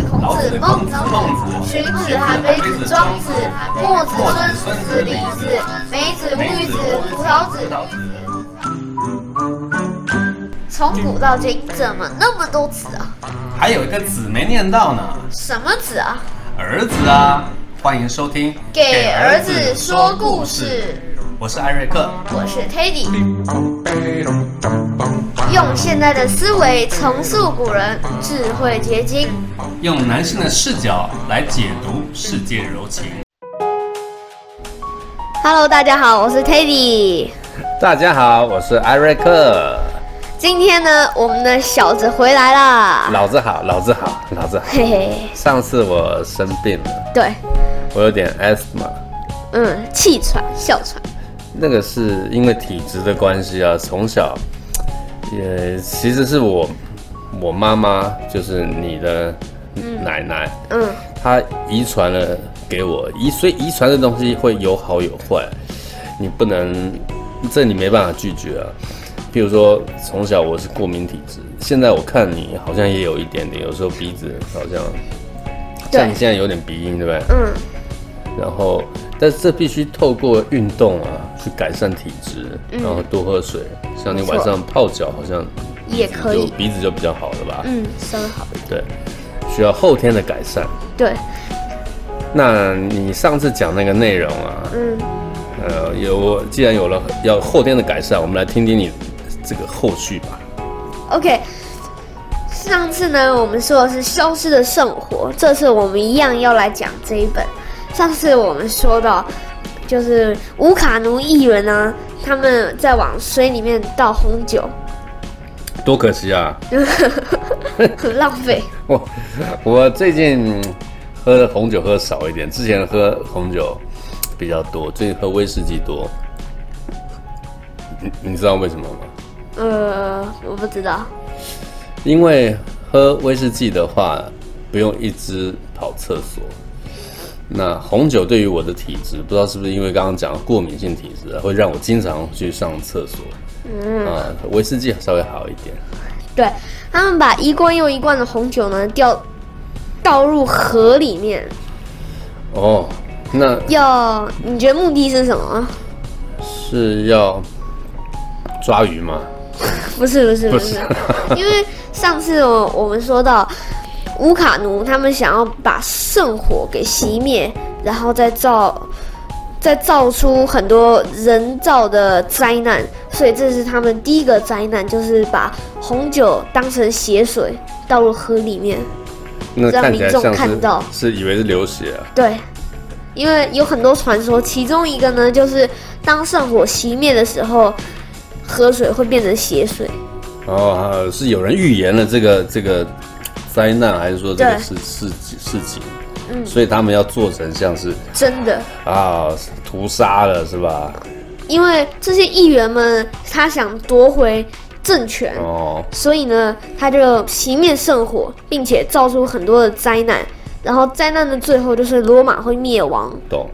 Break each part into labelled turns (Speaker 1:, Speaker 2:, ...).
Speaker 1: 孟子、荀子、韩非子、庄子、墨子、孙子、李子、梅子、木子、葡萄子。从古到今，怎么那么多子啊？
Speaker 2: 还有一个子没念到呢，
Speaker 1: 什么子啊？
Speaker 2: 儿子啊！欢迎收听《
Speaker 1: 给儿子说故事》，
Speaker 2: 我是艾瑞克。
Speaker 1: 我是 Teddy。用现代的思维重塑古人智慧结晶。
Speaker 2: 用男性的视角来解读世界柔情。
Speaker 1: Hello，大家好，我是 Teddy。
Speaker 3: 大家好，我是艾瑞克。
Speaker 1: 今天呢，我们的小子回来啦。
Speaker 3: 老子好，老子好，老子好。
Speaker 1: 嘿嘿，
Speaker 3: 上次我生病了，
Speaker 1: 对，
Speaker 3: 我有点 asthma，
Speaker 1: 嗯，气喘、哮喘，
Speaker 3: 那个是因为体质的关系啊，从小也其实是我我妈妈，就是你的奶奶，
Speaker 1: 嗯，
Speaker 3: 她遗传了给我遗，所以遗传的东西会有好有坏，你不能这你没办法拒绝啊。譬如说，从小我是过敏体质，现在我看你好像也有一点点，有时候鼻子好像，
Speaker 1: 对
Speaker 3: 像你现在有点鼻音，对不对？
Speaker 1: 嗯，
Speaker 3: 然后，但是这必须透过运动啊，去改善体质，
Speaker 1: 嗯
Speaker 3: 然后多喝水。像你
Speaker 1: 没错
Speaker 3: 晚上泡脚，好像
Speaker 1: 也可
Speaker 3: 就
Speaker 1: 以，
Speaker 3: 鼻子就比较好了吧？
Speaker 1: 嗯，收好，
Speaker 3: 对，需要后天的改善。
Speaker 1: 对，
Speaker 3: 那你上次讲那个内容啊，
Speaker 1: 嗯，
Speaker 3: 呃，有既然有了要后天的改善，我们来听听你这个后续吧。
Speaker 1: OK，上次呢，我们说的是消失的生活，这次我们一样要来讲这一本。上次我们说到，就是乌卡奴艺人呢，他们在往水里面倒红酒，
Speaker 3: 多可惜啊！
Speaker 1: 很浪费。
Speaker 3: 我我最近嗯喝的红酒喝少一点，之前喝红酒比较多，最近喝威士忌多。你你知道为什么吗？
Speaker 1: 呃，我不知道。
Speaker 3: 因为喝威士忌的话，不用一直跑厕所。那红酒对于我的体质，不知道是不是因为刚刚讲过敏性体质啊，会让我经常去上厕所。嗯啊，威士忌稍微好一点。
Speaker 1: 对他们把一罐又一罐的红酒呢掉倒入河里面，
Speaker 3: 哦，那
Speaker 1: 要你觉得目的是什么？
Speaker 3: 是要抓鱼吗？
Speaker 1: 不是不是不
Speaker 3: 不
Speaker 1: 是
Speaker 3: 是，
Speaker 1: 因为上次我我们说到乌卡奴他们想要把圣火给熄灭，然后再造再造出很多人造的灾难，所以这是他们第一个灾难，就是把红酒当成血水倒入河里面。
Speaker 3: 那
Speaker 1: 让
Speaker 3: 看起
Speaker 1: 民
Speaker 3: 来
Speaker 1: 众
Speaker 3: 像
Speaker 1: 看到
Speaker 3: 是是以为是流血啊。
Speaker 1: 对，因为有很多传说，其中一个呢就是当圣火熄灭的时候，河水会变成血水。
Speaker 3: 哦，呃是有人预言了这个这个灾难，还是说这
Speaker 1: 对嗯
Speaker 3: 个事事事情？所以他们要做成像是
Speaker 1: 真的，
Speaker 3: 啊屠杀了是吧？
Speaker 1: 因为这些议员们他想夺回政权，
Speaker 3: 哦，
Speaker 1: 所以呢，他就熄灭圣火，并且造出很多的灾难。然后灾难的最后就是罗马会灭亡。
Speaker 3: 懂。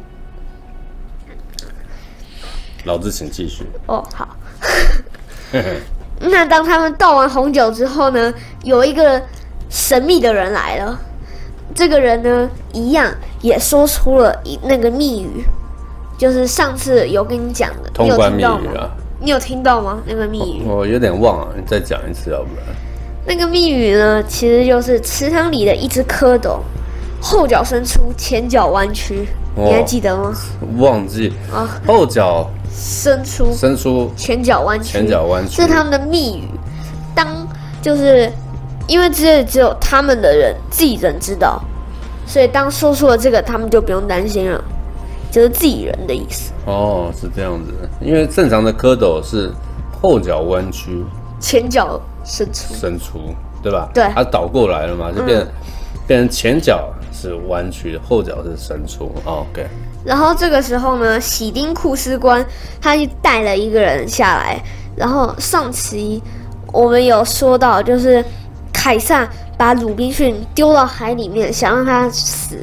Speaker 3: 老子请继续。
Speaker 1: 哦，好。 那当他们倒完红酒之后呢，有一个神秘的人来了。这个人呢，一样也说出了一那个密语，就是上次有跟你讲的，
Speaker 3: 通
Speaker 1: 你有
Speaker 3: 关
Speaker 1: 听
Speaker 3: 密
Speaker 1: 到
Speaker 3: 语
Speaker 1: 吗？
Speaker 3: 啊，
Speaker 1: 你有听到吗？那个密语，
Speaker 3: 我有点忘了，你再讲一次啊要不然。
Speaker 1: 那个密语呢，其实就是池塘里的一只蝌蚪，后脚伸出，前脚弯曲，
Speaker 3: 哦
Speaker 1: 你还记得吗？
Speaker 3: 忘记
Speaker 1: 啊
Speaker 3: 后脚
Speaker 1: 伸出，
Speaker 3: 伸出
Speaker 1: 前脚弯曲，
Speaker 3: 前脚弯曲
Speaker 1: 这是他们的密语。当就是因为这只有他们的人自己人知道，所以当说出了这个，他们就不用担心了，就是自己人的意思。
Speaker 3: 哦，是这样子。因为正常的蝌蚪是后脚弯曲
Speaker 1: 前脚伸出，
Speaker 3: 伸出，对吧？
Speaker 1: 对嗯
Speaker 3: 它倒过来了嘛，就变、变成前脚是弯曲，后脚是伸出。哦、OK，
Speaker 1: 然后这个时候呢，喜丁库斯官他就带了一个人下来。然后上期我们有说到，就是凯撒把鲁滨逊丢到海里面，想让他死。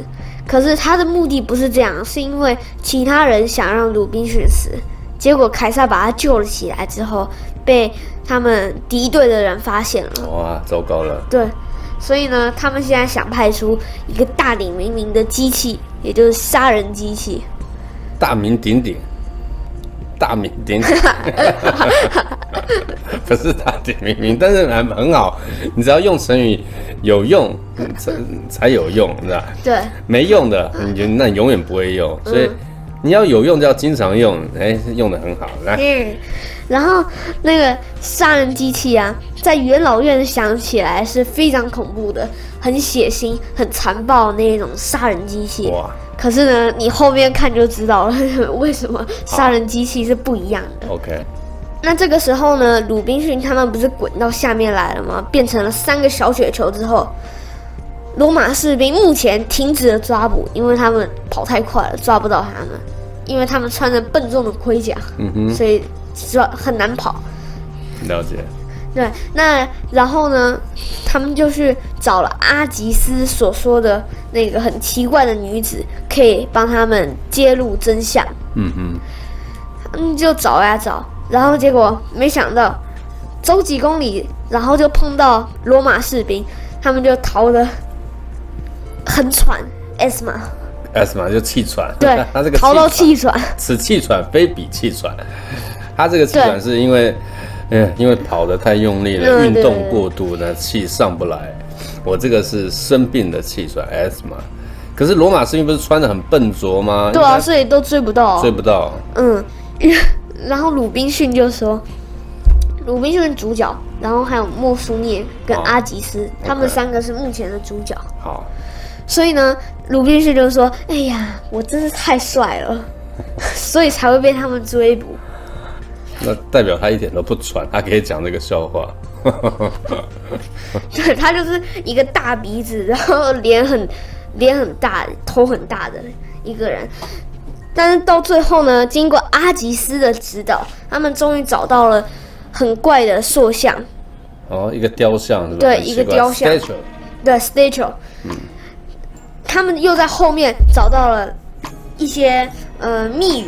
Speaker 1: 可是他的目的不是这样，是因为其他人想让鲁滨逊死。结果凯撒把他救了起来之后，被他们敌对的人发现了。
Speaker 3: 哇，糟糕了。
Speaker 1: 对，所以呢，他们现在想派出一个大鼎鳴鸣的机器，也就是杀人机器。
Speaker 3: 大名鼎鼎，大名 鼎鼎，不是大鼎鼎鼎，但是很很好，你只要用成语有用才才有用，是吧？
Speaker 1: 对，
Speaker 3: 没用的，你就那你永远不会用，
Speaker 1: 嗯
Speaker 3: 所以你要有用就要经常用，哎，用的很好，来，
Speaker 1: 嗯，然后那个杀人机器啊，在元老院想起来是非常恐怖的，很血腥、很残暴的那种杀人机器。
Speaker 3: 哇
Speaker 1: 可是呢，你后面看就知道了，为什么杀人机器是不一样的。
Speaker 3: ，OK，
Speaker 1: 那这个时候呢，鲁滨逊他们不是滚到下面来了吗？变成了三个小雪球之后，罗马士兵目前停止了抓捕，因为他们跑太快了，抓不到他们，因为他们穿着笨重的盔甲，
Speaker 3: 嗯哼，
Speaker 1: 所以抓很难跑。
Speaker 3: 了解，
Speaker 1: 对，那然后呢，他们就去找了阿吉斯所说的那个很奇怪的女子，可以帮他们揭露真相。
Speaker 3: 嗯哼，
Speaker 1: 嗯，就找呀找，然后结果没想到，走几公里，然后就碰到罗马士兵，他们就逃得很喘，S 嘛，
Speaker 3: 艾斯玛就气喘，
Speaker 1: 对
Speaker 3: 他这，个
Speaker 1: 逃到
Speaker 3: 喘
Speaker 1: 气喘，
Speaker 3: 此气喘非彼气喘， 他这个气喘
Speaker 1: 对
Speaker 3: 是因为，嗯，因为跑得太用力了，
Speaker 1: 嗯
Speaker 3: 运
Speaker 1: 对
Speaker 3: 动
Speaker 1: 对对
Speaker 3: 过度呢，气上不来。我这个是生病的气喘 asthma，可是罗马士兵不是穿得很笨拙吗？
Speaker 1: 对啊，
Speaker 3: 应
Speaker 1: 所以都追不到、
Speaker 3: 该追不到。
Speaker 1: 嗯，然后鲁滨逊就说，鲁滨逊是主角，然后还有莫苏涅跟
Speaker 3: 哦
Speaker 1: 阿吉斯，他们
Speaker 3: OK
Speaker 1: 三个是目前的主角，
Speaker 3: 好，
Speaker 1: 所以呢，鲁滨逊就说，哎呀，我真是太帅了， 所以才会被他们追捕。
Speaker 3: 那代表他一点都不喘，他可以讲这个笑话。
Speaker 1: 对他就是一个大鼻子，然后脸很脸很大，头很大的一个人。但是到最后呢，经过阿吉斯的指导，他们终于找到了很怪的塑像，
Speaker 3: 哦，一个雕像是吧？
Speaker 1: 对
Speaker 3: 很奇
Speaker 1: 一个
Speaker 3: 怪
Speaker 1: 雕像
Speaker 3: statue
Speaker 1: 对 statue。他们又在后面找到了一些呃密语，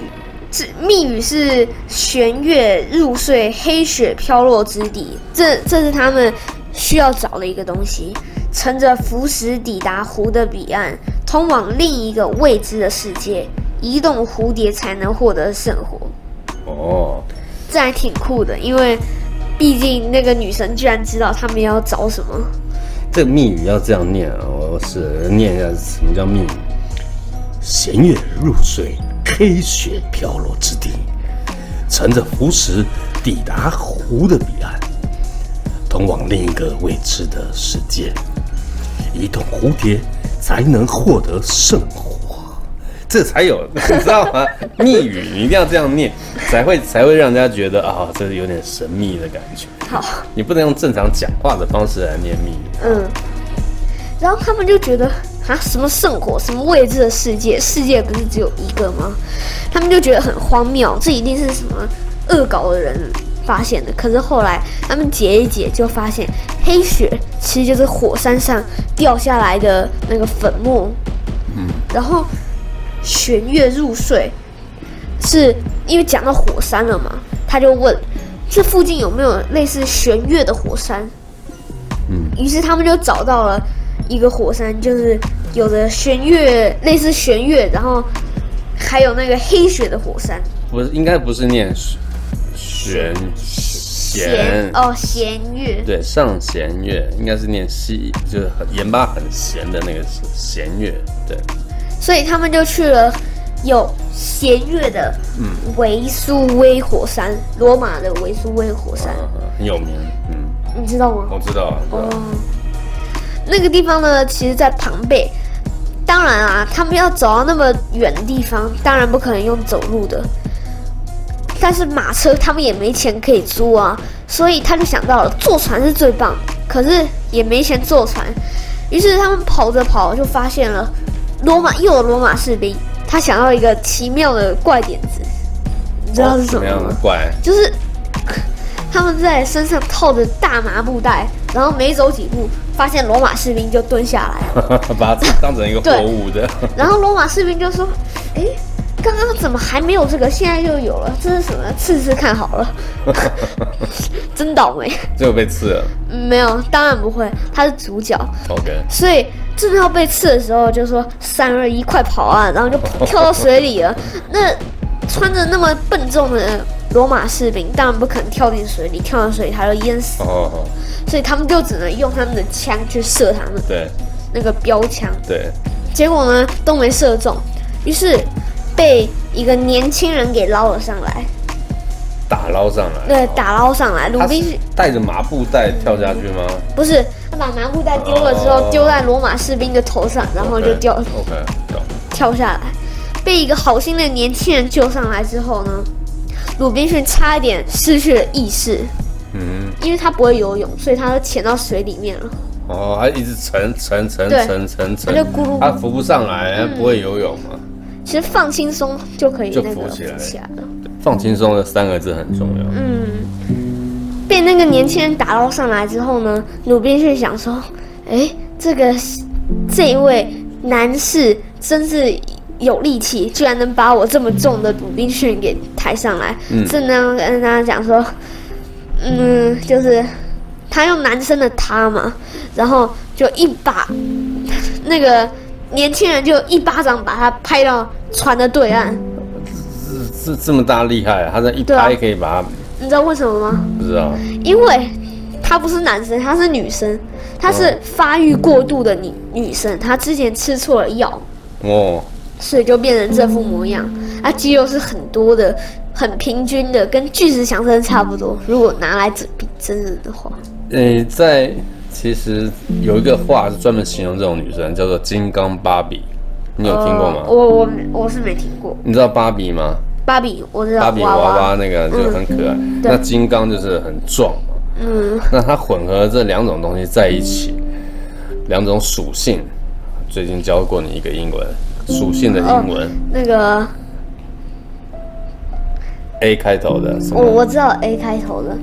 Speaker 1: 这密语是弦月入睡，黑雪飘落之地，这这是他们需要找的一个东西。乘着浮石抵达湖的彼岸，通往另一个未知的世界，移动蝴蝶才能获得圣火。
Speaker 3: 哦，
Speaker 1: 这还挺酷的，因为毕竟那个女神居然知道他们要找什么。
Speaker 3: 这个密语要这样念啊，我是念一下什么叫密语。
Speaker 4: 弦月入水，黑雪飘落之地，乘着浮石抵达湖的彼岸，通往另一个未知的世界。移动蝴蝶才能获得圣火。
Speaker 3: 这才有， 你知道吗？密语你一定要这样念，才会才会让人家觉得啊、这是有点神秘的感觉。
Speaker 1: 好。
Speaker 3: 你不能用正常讲话的方式来念密语。
Speaker 1: 嗯，然后他们就觉得啊，什么圣火，什么未知的世界，世界不是只有一个吗？他们就觉得很荒谬，这一定是什么恶搞的人发现的。可是后来他们解一解，就发现黑雪其实就是火山上掉下来的那个粉末。嗯，然后弦月入睡，是因为讲到火山了嘛，他就问这附近有没有类似弦月的火山？于是他们就找到了一个火山，就是有着弦月，类似弦月，然后还有那个黑雪的火山，
Speaker 3: 不是，应该不是念弦弦
Speaker 1: 哦，弦月，
Speaker 3: 对，上弦月应该是念西，就是很盐巴很咸的那个弦月。对，
Speaker 1: 所以他们就去了有弦月的
Speaker 3: 嗯
Speaker 1: 维苏威火山，罗马的维苏威火山，
Speaker 3: 嗯，嗯很有名。嗯，
Speaker 1: 你知道吗？
Speaker 3: 我知道，
Speaker 1: 哦
Speaker 3: 我知道。
Speaker 1: 那个地方呢，其实在庞贝。当然啊，他们要走到那么远的地方，当然不可能用走路的。但是马车他们也没钱可以租啊，所以他就想到了坐船是最棒，可是也没钱坐船。于是他们跑着跑，就发现了罗马又有罗马士兵。他想到一个奇妙的怪点子，你知道是什
Speaker 3: 哦怎
Speaker 1: 么
Speaker 3: 么样
Speaker 1: 吗
Speaker 3: 的？怪？
Speaker 1: 就是 他们在身上套着大麻布袋，然后没走几步，发现罗马士兵就蹲下来了。
Speaker 3: 把它当成一个活物的。
Speaker 1: 然后罗马士兵就说：“诶，刚刚怎么还没有这个，现在就有了，这是什么？试试看好了。 真倒霉， 嗯
Speaker 3: 最后被刺了。
Speaker 1: 没有，当然不会，他是主角，
Speaker 3: OK，
Speaker 1: 所以正要被刺的时候就说三二一，快跑啊！然后就跳到水里了。那穿着那么笨重的罗马士兵，当然不肯跳进水里，跳进水里他就淹死，
Speaker 3: 哦，
Speaker 1: 所以他们就只能用他们的枪去射他们
Speaker 3: 对
Speaker 1: 那个标枪。
Speaker 3: 对，
Speaker 1: 结果呢都没射中，于是被一个年轻人给捞了上来，
Speaker 3: 打捞上来。
Speaker 1: 对，打捞上来。鲁
Speaker 3: 哦他
Speaker 1: 滨
Speaker 3: 是
Speaker 1: 逊
Speaker 3: 带着麻布袋跳下去吗？
Speaker 1: 不是他把麻布袋丢了之后
Speaker 3: 哦
Speaker 1: 丢在罗马士兵的头上，然后就
Speaker 3: OK，
Speaker 1: 掉
Speaker 3: OK，懂。
Speaker 1: 跳下来，被一个好心的年轻人救上来之后呢，鲁滨逊差一点失去了意识，
Speaker 3: 嗯，
Speaker 1: 因为他不会游泳，所以他就潜到水里面了。
Speaker 3: 哦，他一直沉沉沉
Speaker 1: 对
Speaker 3: 沉沉
Speaker 1: 他就
Speaker 3: 沉，
Speaker 1: 咕噜咕
Speaker 3: 他
Speaker 1: 噜，
Speaker 3: 浮不上来，不会游泳嘛？
Speaker 1: 其实放轻松就可以
Speaker 3: 就
Speaker 1: 那个
Speaker 3: 浮起来
Speaker 1: 起来了。
Speaker 3: 放轻松的三个字很重要。
Speaker 1: 嗯，被那个年轻人打捞上来之后呢，鲁滨逊想说，哎，这个这一位男士真是有力气，居然能把我这么重的鲁滨逊给抬上来。
Speaker 3: 嗯
Speaker 1: 正当跟大家讲说，嗯，就是他用男生的他嘛，然后就一把那个年轻人就一巴掌把他拍到船的对岸。
Speaker 3: 这这么大厉害，他在一
Speaker 1: 对啊
Speaker 3: 拍可以把他，
Speaker 1: 你知道为什么吗？
Speaker 3: 不知道
Speaker 1: 因为她不是男生，她是女生，她
Speaker 3: 哦
Speaker 1: 是发育过度的女女生，她之前吃错了药，
Speaker 3: 哦，
Speaker 1: 所以就变成这副模样。她肌肉是很多的，很平均的，跟巨石强森差不多。
Speaker 3: 嗯
Speaker 1: 如果拿来整比真人的话，
Speaker 3: 呃，在其实有一个话是专门形容这种女生，叫做“金刚芭比”，你有听过吗？
Speaker 1: 呃我我我是没听过。
Speaker 3: 你知道芭比吗？
Speaker 1: 芭比，我知道。
Speaker 3: 芭比娃娃嗯那个就很可爱，那金刚就是很壮嘛。
Speaker 1: 嗯，
Speaker 3: 那它混合这两种东西在一起，两种属性。最近教过你一个英文属性的英文、
Speaker 1: 那个
Speaker 3: a 开头的什
Speaker 1: 我
Speaker 3: 么？
Speaker 1: 我知道 A 开头的，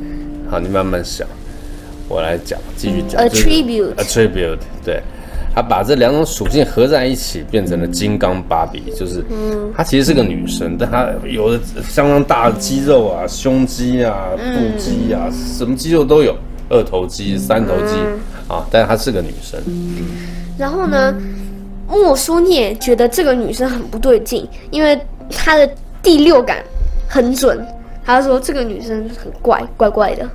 Speaker 3: 好，你慢慢想，我来讲，继续讲。
Speaker 1: Attribute
Speaker 3: attribute，对，他把这两种属性合在一起，变成了金刚芭比，就是，
Speaker 1: 嗯
Speaker 3: 她其实是个女生，但她有的相当大的肌肉啊，胸肌啊，腹肌啊，什么肌肉都有，二头肌、三头肌、
Speaker 1: 嗯
Speaker 3: 啊，但她是个女生，
Speaker 1: 然后呢，莫苏涅觉得这个女生很不对劲，因为她的第六感很准。他说这个女生很怪，怪怪的。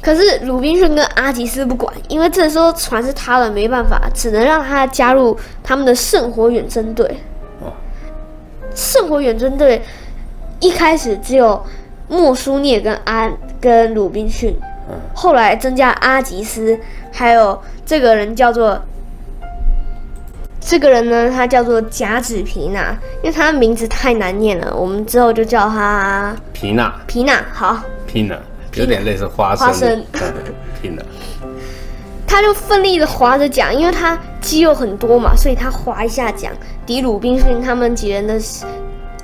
Speaker 1: 可是鲁滨逊跟阿吉斯不管，因为这时候船是他的，没办法，只能让他加入他们的圣火远征队。
Speaker 3: 哦
Speaker 1: 圣火远征队一开始只有莫苏涅跟阿跟鲁滨逊，后来增加阿吉斯，还有这个人叫做这个人呢，他叫做贾子皮娜，因为他的名字太难念了，我们之后就叫他
Speaker 3: 皮娜
Speaker 1: 皮娜。好，
Speaker 3: ，Pina，有点类似花生，
Speaker 1: 花 生
Speaker 3: ，Pina，
Speaker 1: 他就奋力的划着桨，因为他肌肉很多嘛，所以他划一下桨，抵鲁滨逊他们几人的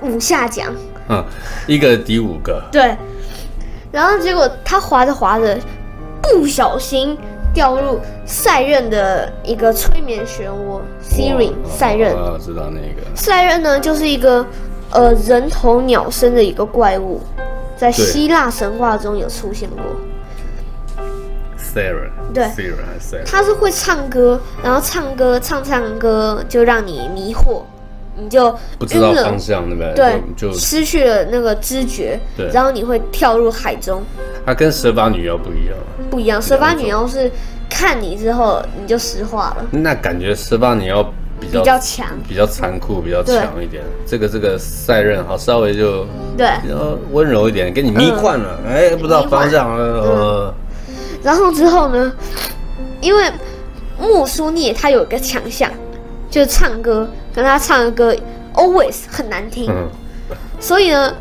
Speaker 1: 五下桨。
Speaker 3: 嗯，一个抵五个，
Speaker 1: 对，然后结果他划着划着，不小心掉入赛任的一个催眠漩涡 Siri
Speaker 3: 哇
Speaker 1: 赛任。
Speaker 3: 哦我知道那个，
Speaker 1: 赛任呢，就是一个呃人头鸟身的一个怪物，在
Speaker 3: 对
Speaker 1: 希腊神话中有出现过。
Speaker 3: Sarah，
Speaker 1: 对
Speaker 3: ，Sarah 还是 Sarah，
Speaker 1: 它是会唱歌，然后唱歌唱唱歌就让你迷惑，你就
Speaker 3: 不知
Speaker 1: 晕
Speaker 3: 道方
Speaker 1: 了，
Speaker 3: 向对不对？
Speaker 1: 对，
Speaker 3: 就就
Speaker 1: 失去了那个知觉
Speaker 3: 对，
Speaker 1: 然后你会跳入海中。
Speaker 3: 它跟蛇发女妖不一样，
Speaker 1: 不一样，蛇发女妖是看你之后你就石化了，
Speaker 3: 那感觉蛇发女妖比较
Speaker 1: 比较强，
Speaker 3: 比较残酷，比较强一点。这个这个赛壬好稍微就
Speaker 1: 对。
Speaker 3: 比较温柔一点，给你迷幻了，
Speaker 1: 嗯
Speaker 3: 哎、不知道方向了，呃，
Speaker 1: 然后之后呢，因为莫苏涅他有一个强项，就是唱歌，跟他唱的歌 always 很难听，
Speaker 3: 嗯，
Speaker 1: 所以呢，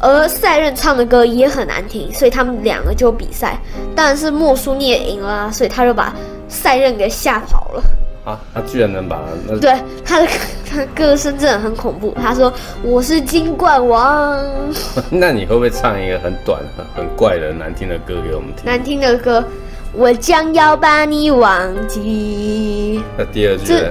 Speaker 1: 而赛任唱的歌也很难听，所以他们两个就比赛，当然是莫苏涅赢了啊，所以他就把赛任给吓跑了。
Speaker 3: 啊，他居然能把那
Speaker 1: 对，他的 他的歌声真的很恐怖，他说我是金冠王，
Speaker 3: 那你会不会唱一个很短、很很怪的难听的歌给我们听？
Speaker 1: 难听的歌，我将要把你忘记。
Speaker 3: 那第二句
Speaker 1: 这
Speaker 3: 呢？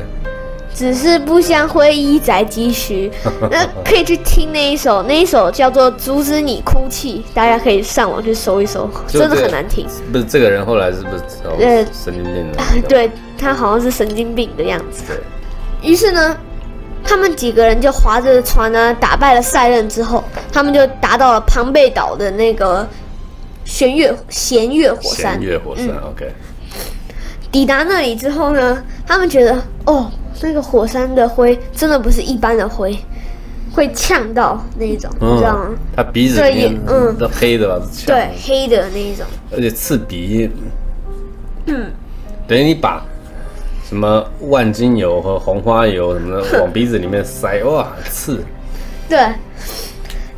Speaker 1: 只是不相会一宅几 许。那可以去听那一首，那一首叫做《阻止你哭泣》，大家可以上网去搜一搜，
Speaker 3: 就
Speaker 1: 真的
Speaker 3: 这个
Speaker 1: 很难听。
Speaker 3: 不是这个人后来是不是哦
Speaker 1: 呃
Speaker 3: 神经病了？
Speaker 1: 对他好像是神经病的样子。
Speaker 3: 对，
Speaker 1: 于是呢，他们几个人就划着船呢，打败了赛任之后，他们就达到了庞贝岛的那个弦月弦月火山嗯
Speaker 3: 弦。月火山，OK，
Speaker 1: 抵达那里之后呢，他们觉得哦，那个火山的灰真的不是一般的灰，会呛到那一种，
Speaker 3: 嗯
Speaker 1: 你知道吗？
Speaker 3: 他鼻子
Speaker 1: 这
Speaker 3: 里面
Speaker 1: 也嗯
Speaker 3: 都黑的吧？是呛
Speaker 1: 对，黑的那一种。
Speaker 3: 而且刺鼻，嗯，
Speaker 1: 嗯
Speaker 3: 等于你把什么万金油和红花油什么的往鼻子里面塞，哇，刺，
Speaker 1: 对，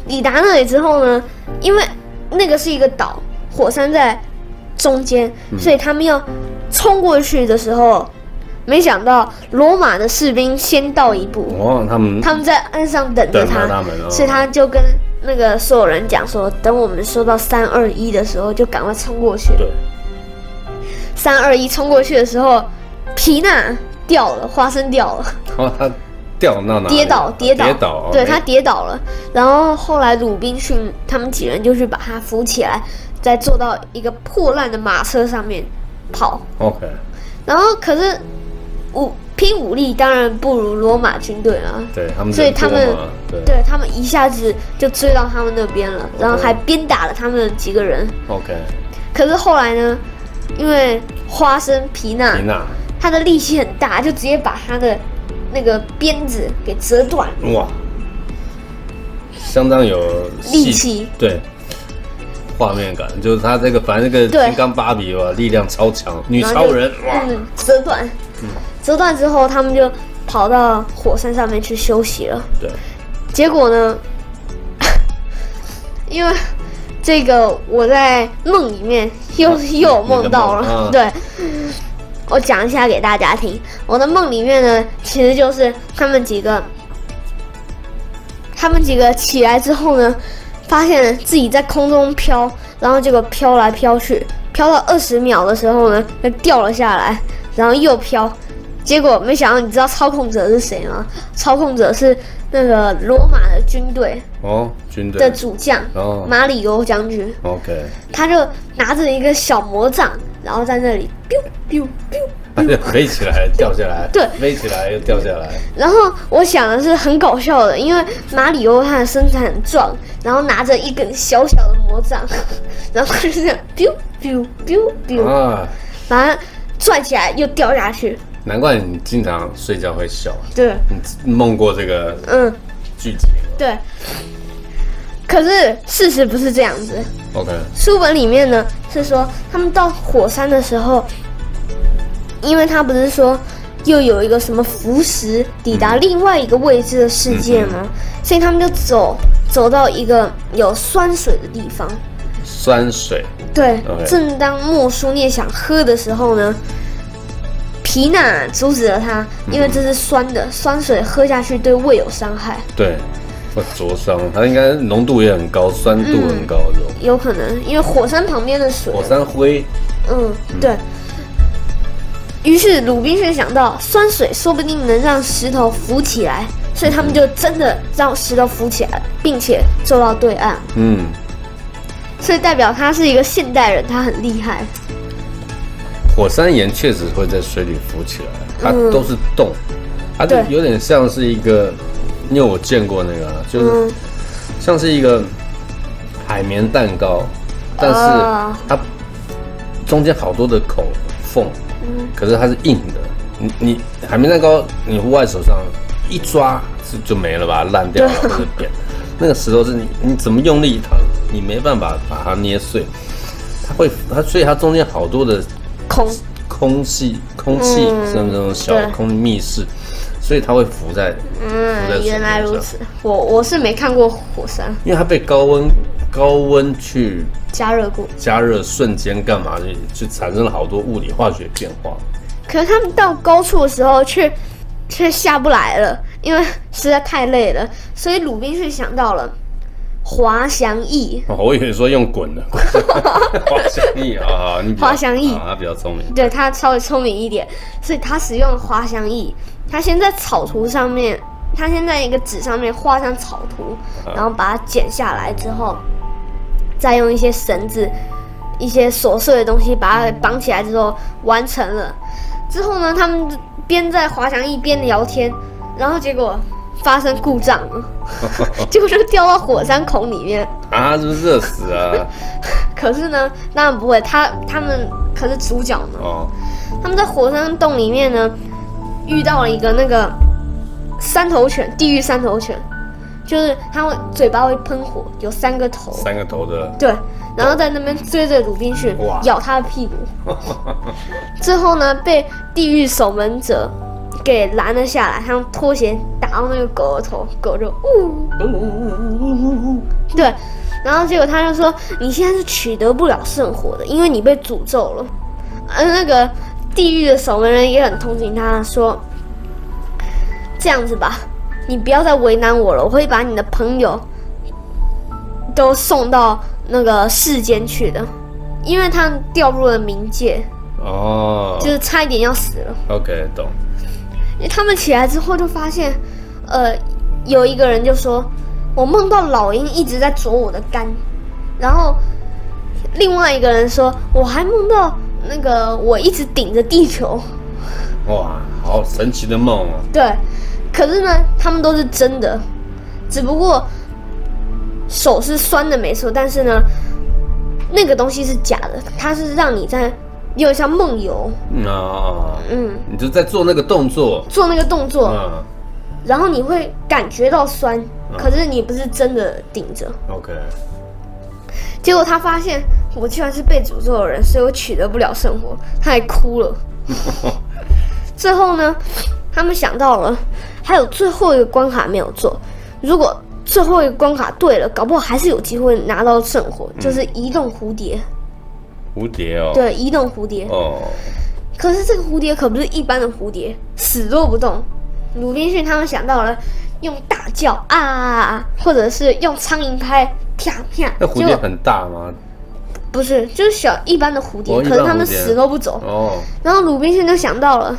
Speaker 1: 抵达那里之后呢，因为那个是一个岛，火山在中间，所以他们要冲过去的时候，没想到罗马的士兵先到一步，
Speaker 3: 哦，他们
Speaker 1: 他们在岸上等着
Speaker 3: 等着
Speaker 1: 他，
Speaker 3: 他们哦
Speaker 1: 所以他就跟那个所有人讲说，等我们说到三二一的时候，就赶快冲过去。
Speaker 4: 对，
Speaker 1: 三二一冲过去的时候，皮娜掉了，花生掉了。
Speaker 3: 哦，他掉到哪里？
Speaker 1: 跌倒，跌倒，
Speaker 3: 跌倒，哦哎
Speaker 1: 对
Speaker 3: OK
Speaker 1: 他跌倒了。然后后来鲁滨逊他们几人就去把他扶起来，再坐到一个破烂的马车上面跑。
Speaker 3: ，OK，
Speaker 1: 然后可是武拼武力当然不如罗马军队啊，
Speaker 3: 对他们人多嘛，
Speaker 1: 所以他们
Speaker 3: 对
Speaker 1: 对他们一下子就追到他们那边了，然后还鞭打了他们几个人。
Speaker 3: ，OK，
Speaker 1: 可是后来呢，因为花生皮娜
Speaker 3: 缇娜，
Speaker 1: 他的力气很大，就直接把他的那个鞭子给折断了。
Speaker 3: 哇，相当有
Speaker 1: 力
Speaker 3: 戏
Speaker 1: 气，
Speaker 3: 对。画面感就是他这个，反正这个
Speaker 1: 对
Speaker 3: 金刚芭比哇，力量超强，女
Speaker 1: 然后
Speaker 3: 超
Speaker 1: 就
Speaker 3: 人哇，
Speaker 1: 嗯，折断，折断之后，他们就跑到火山上面去休息了。
Speaker 3: 对，
Speaker 1: 结果呢， 因为这个我在梦里面又、 又有梦到了，
Speaker 3: 嗯你的梦啊
Speaker 1: 对。我讲一下给大家听，我的梦里面呢，其实就是他们几个，他们几个起来之后呢，发现自己在空中飘，然后结果飘来飘去，飘到二十秒的时候呢，就掉了下来，然后又飘，结果没想到，你知道操控者是谁吗？操控者是那个罗马的军队
Speaker 3: 哦，军队
Speaker 1: 的主将
Speaker 3: 哦
Speaker 1: 马里欧将军，
Speaker 3: OK，
Speaker 1: 他就拿着一个小魔杖，然后在那里 biu biu biu，
Speaker 3: 它就飞起来，掉下来，
Speaker 1: 对
Speaker 3: 飞起来又掉下来，
Speaker 1: 然后我想的是很搞笑的，因为马里欧他的身材很壮，然后拿着一根小小的魔杖， 然后就是这样 biu biu biu biu，
Speaker 3: 啊，
Speaker 1: 把他拽起来又掉下去，
Speaker 3: 难怪你经常睡觉会笑，
Speaker 1: 对，
Speaker 3: 你梦过这个
Speaker 1: 嗯，
Speaker 3: 剧情吗
Speaker 1: 对。可是事实不是这样子，
Speaker 3: ？OK，
Speaker 1: 书本里面呢是说，他们到火山的时候，因为他不是说又有一个什么浮石抵达另外一个未知的世界吗？所以他们就走走到一个有酸水的地方。
Speaker 3: 酸水
Speaker 1: 对
Speaker 3: OK
Speaker 1: 正当莫书念想喝的时候呢，皮娜阻止了他，因为这是酸的，酸水喝下去对胃有伤害，
Speaker 3: 对会灼伤，它应该浓度也很高，酸度
Speaker 1: 嗯
Speaker 3: 很高这种。
Speaker 1: 有可能因为火山旁边的水啊
Speaker 3: 火山灰，
Speaker 1: 嗯，对。于是鲁滨逊想到，酸水说不定能让石头浮起来，所以他们就真的让石头浮起来，并且坐到对岸。
Speaker 3: 嗯，
Speaker 1: 所以代表他是一个现代人，他很厉害。
Speaker 3: 火山岩确实会在水里浮起来，它
Speaker 1: 嗯
Speaker 3: 都是洞，它就
Speaker 1: 对
Speaker 3: 有点像是一个，因为我见过那个啊，就是
Speaker 1: 嗯，
Speaker 3: 像是一个海绵蛋糕，但
Speaker 1: 啊
Speaker 3: 是它中间好多的孔缝，
Speaker 1: 嗯
Speaker 3: 可是它是硬的。你你海绵蛋糕，你户外手上一抓就就没了吧，烂掉了或者扁。那个石头是你你怎么用力它，你没办法把它捏碎，它会它所以它中间好多的
Speaker 1: 空，
Speaker 3: 空气空气
Speaker 1: 嗯
Speaker 3: 像这种小
Speaker 1: 对
Speaker 3: 空密室，所以它会浮在浮在
Speaker 1: 嗯，
Speaker 3: 水
Speaker 1: 原来
Speaker 3: 面
Speaker 1: 如
Speaker 3: 上
Speaker 1: 此。我我是没看过火山
Speaker 3: 因为它被高温高温去
Speaker 1: 加热过，
Speaker 3: 加热瞬间干嘛就就产生了好多物理化学变化。
Speaker 1: 可是他们到高处的时候却却下不来了，因为实在太累了。所以鲁滨逊想到了，滑翔翼。
Speaker 3: 哦我以为说用滚的， 滑翔翼啊，好你比较
Speaker 1: 滑翔翼
Speaker 3: 啊他比较聪明。
Speaker 1: 对他稍微聪明一点，所以他使用滑翔翼。他先在草图上面，他先在一个纸上面画上草图，然后把它剪下来之后，再用一些绳子、一些琐碎的东西把它绑起来之后，完成了。之后呢，他们边在滑翔翼边聊天，然后结果发生故障了，结果就掉到火山孔里面。
Speaker 3: 啊，是不是热死啊？
Speaker 1: 可是呢，当然不会，他他们可是主角呢。
Speaker 3: 哦，
Speaker 1: 他们在火山洞里面呢，遇到了一个那个三头犬，地狱三头犬，就是它会嘴巴会喷火，有三个头，
Speaker 3: 三个头的，
Speaker 1: 对，然后在那边追着鲁滨逊
Speaker 3: 哇
Speaker 1: 咬他的屁股，最后呢被地狱守门者给拦了下来，他用拖鞋打到那个狗的头，狗就呜，对，然后结果他就说你现在是取得不了圣火的，因为你被诅咒了。呃，那个地狱的守门人也很同情他，说这样子吧，你不要再为难我了，我会把你的朋友都送到那个世间去的，因为他掉入了冥界，
Speaker 3: 哦
Speaker 1: 就是差一点要死了。
Speaker 3: ，OK，懂。
Speaker 1: 因为他们起来之后就发现，呃，有一个人就说：“我梦到老鹰一直在啄我的肝。”然后另外一个人说：“我还梦到那个我一直顶着地球。
Speaker 3: 哇，好神奇的梦哦。”
Speaker 1: 对，可是呢，他们都是真的，只不过手是酸的没错，但是呢，那个东西是假的，它是让你在有点像梦游，
Speaker 3: 嗯啊，
Speaker 1: 嗯，
Speaker 3: 你就在做那个动作，
Speaker 1: 做那个动作，
Speaker 3: 嗯
Speaker 1: 然后你会感觉到酸，可是你不是真的顶着。
Speaker 3: ，OK，
Speaker 1: 结果他发现我居然是被诅咒的人，所以我取得不了圣火，他还哭了。最后呢，他们想到了还有最后一个关卡没有做，如果最后一个关卡对了，搞不好还是有机会拿到圣火，就是移动蝴蝶。
Speaker 3: 蝴蝶哦，，
Speaker 1: 对，移动蝴蝶。
Speaker 3: 哦，
Speaker 1: 可是这个蝴蝶可不是一般的蝴蝶，死都不动。鲁滨逊他们想到了用大叫啊啊啊，或者是用苍蝇拍啪啪，
Speaker 3: 那蝴
Speaker 1: 结
Speaker 3: 蝶
Speaker 1: 果
Speaker 3: 很大吗？
Speaker 1: 不是就是小一般的蝴蝶，
Speaker 3: 哦一般
Speaker 1: 可是他们
Speaker 3: 蝴蝶
Speaker 1: 死都不走。
Speaker 3: 哦，
Speaker 1: 然后鲁滨逊就想到了，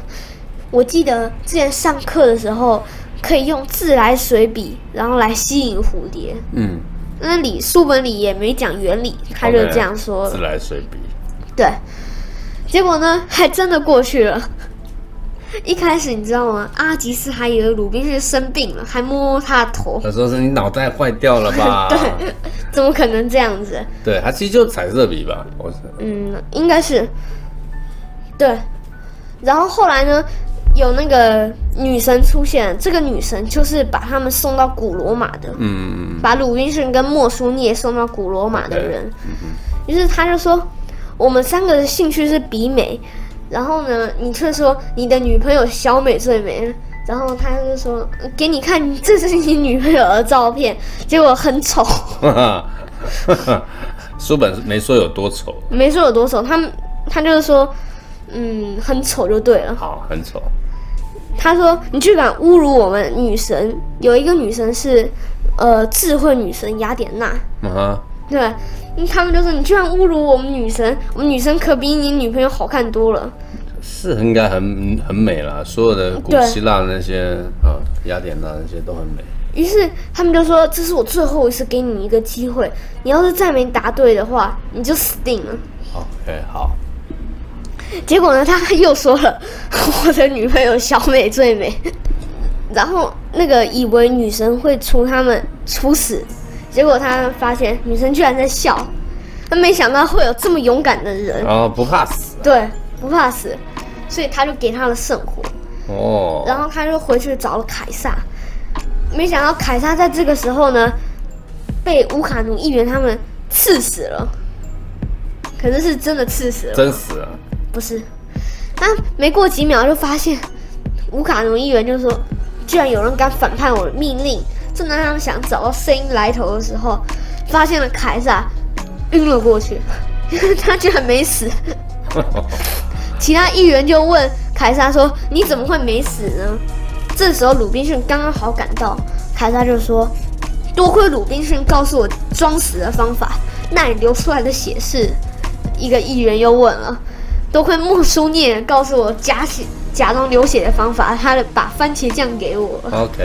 Speaker 1: 我记得之前上课的时候可以用自来水笔，然后来吸引蝴蝶。
Speaker 3: 嗯，
Speaker 1: 那里书本里也没讲原理，他就
Speaker 3: OK，
Speaker 1: 这样说
Speaker 3: 自
Speaker 1: 了。
Speaker 3: 来水笔，
Speaker 1: 对，结果呢，还真的过去了。一开始你知道吗？阿吉斯还以为鲁滨逊生病了，还摸摸他的头，
Speaker 3: 他说是你脑袋坏掉了 吧？对，
Speaker 1: 怎么可能这样子？
Speaker 3: 对，它其实就是彩色笔吧？我是，
Speaker 1: 嗯，应该是，对。然后后来呢，有那个女神出现，这个女神就是把他们送到古罗马的，
Speaker 3: 嗯，
Speaker 1: 把鲁滨逊跟莫苏涅送到古罗马的人。于是他就说，我们三个的兴趣是比美，然后呢，你却说你的女朋友小美最美。然后他就说，给你看，这是你女朋友的照片，结果很丑。
Speaker 3: 哈哈哈哈，书本没说有多丑，
Speaker 1: 没说有多丑，他们他就是说，嗯，很丑就对了。
Speaker 3: 好，很丑，
Speaker 1: 他说你居敢侮辱我们女神，有一个女神是，呃，智慧女神雅典娜，
Speaker 3: 嗯哼，
Speaker 1: 对吧，嗯他们就说你居然侮辱我们女神，我们女神可比你女朋友好看多了。
Speaker 3: 是应该很很美啦，所有的古
Speaker 1: 对
Speaker 3: 希腊那些啊，雅典娜那些都很美，
Speaker 1: 于是他们就说这是我最后一次给你一个机会，你要是再没答对的话，你就死定了。
Speaker 3: 好，OK，好，
Speaker 1: 结果呢，他又说了 我的女朋友小美最美，然后那个以为女神会处他们处死，结果他发现女神居然在笑，他没想到会有这么勇敢的人，
Speaker 3: 然后不怕死
Speaker 1: 对，不怕死，所以他就给他了圣火，
Speaker 3: 哦，
Speaker 1: 然后他就回去找了凯撒，没想到凯撒在这个时候呢，被乌卡努议员他们刺死了，可是是真的刺死了。
Speaker 3: 真死 啊，
Speaker 1: 不是，他没过几秒就发现吴卡农议员就说，居然有人敢反叛我的命令。正当他们想找到声音来头的时候，发现了凯撒晕了过去， 他居然没死。其他议员就问凯撒说：“你怎么会没死呢？”这时候鲁滨逊刚刚好赶到，凯撒就说：“多亏鲁滨逊告诉我装死的方法，那里流出来的血是……一个议员又问了，多亏莫书念告诉我假血假装流血的方法，他把番茄酱给我。
Speaker 3: OK，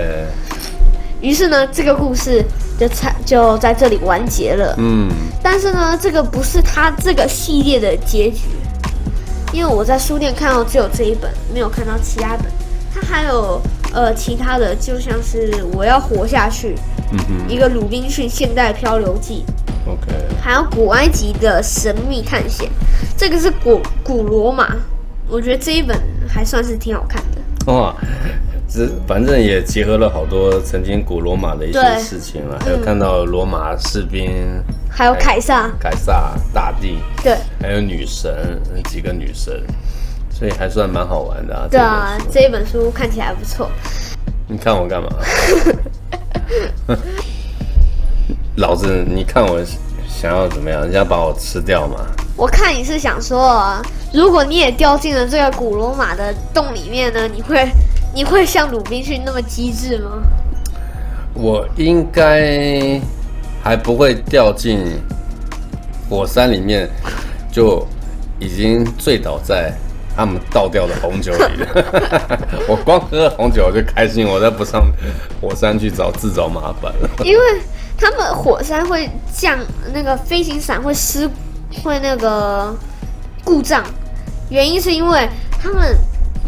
Speaker 1: 于是呢，这个故事就才就在这里完结了。
Speaker 3: 嗯，
Speaker 1: 但是呢，这个不是他这个系列的结局，因为我在书店看到只有这一本，没有看到其他本。它还有呃其他的，就像是《我要活下去》，一个鲁滨逊现代漂流记，
Speaker 3: 嗯 OK，
Speaker 1: 还有古埃及的神秘探险，这个是古古罗马，我觉得这一本还算是挺好看的。
Speaker 3: 哇，这反正也结合了好多曾经古罗马的一些
Speaker 1: 对嗯
Speaker 3: 事情了，还有看到罗马士兵、
Speaker 1: 还有凯撒，
Speaker 3: 凯撒大帝，
Speaker 1: 对
Speaker 3: 还有女神几个女神，所以还算蛮好玩的啊。
Speaker 1: 对啊
Speaker 3: 这，本书
Speaker 1: 这一本书看起来不错。
Speaker 3: 你看我干嘛？ 老子，你看我想要怎么样？人家把我吃掉嘛？
Speaker 1: 我看你是想说，如果你也掉进了这个古罗马的洞里面呢，你会你会像鲁滨逊那么机智吗？
Speaker 3: 我应该还不会掉进火山里面，就已经醉倒在他们倒掉的红 酒里了。我光喝红酒我就开心，我再不上火山去找自找麻 烦了。
Speaker 1: 因为他们火山会降那个飞行伞会失会那个故障，原因是因为他们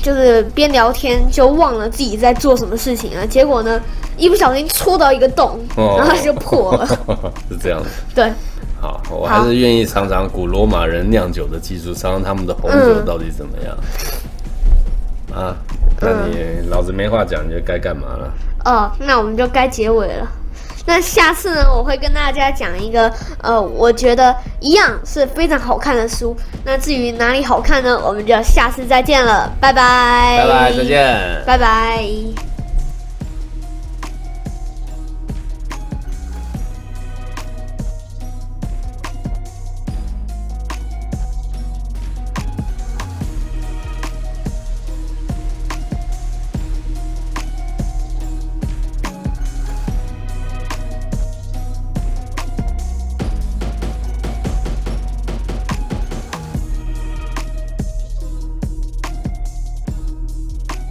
Speaker 1: 就是边聊天就忘了自己在做什么事情了，结果呢一不小心戳到一个洞，
Speaker 3: 哦
Speaker 1: 然后就破了。
Speaker 3: 是这样子。
Speaker 1: 对，
Speaker 3: 好，我还是愿意尝尝古罗马人酿酒的技术，尝尝他们的红酒到底怎么样。
Speaker 1: 嗯
Speaker 3: 啊，那你老子没话讲，你就该干嘛了？
Speaker 1: 哦，那我们就该结尾了。那下次呢，我会跟大家讲一个，呃，我觉得一样是非常好看的书。那至于哪里好看呢，我们就下次再见了，拜拜，
Speaker 3: 拜拜，再，见。
Speaker 1: 拜拜。